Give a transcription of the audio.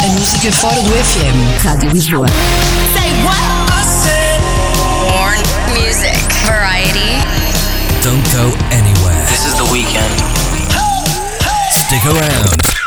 A música fora do FM. Rádio Lisboa. Say what? Born music. Variety. Don't go anywhere. This is the weekend. Stick around.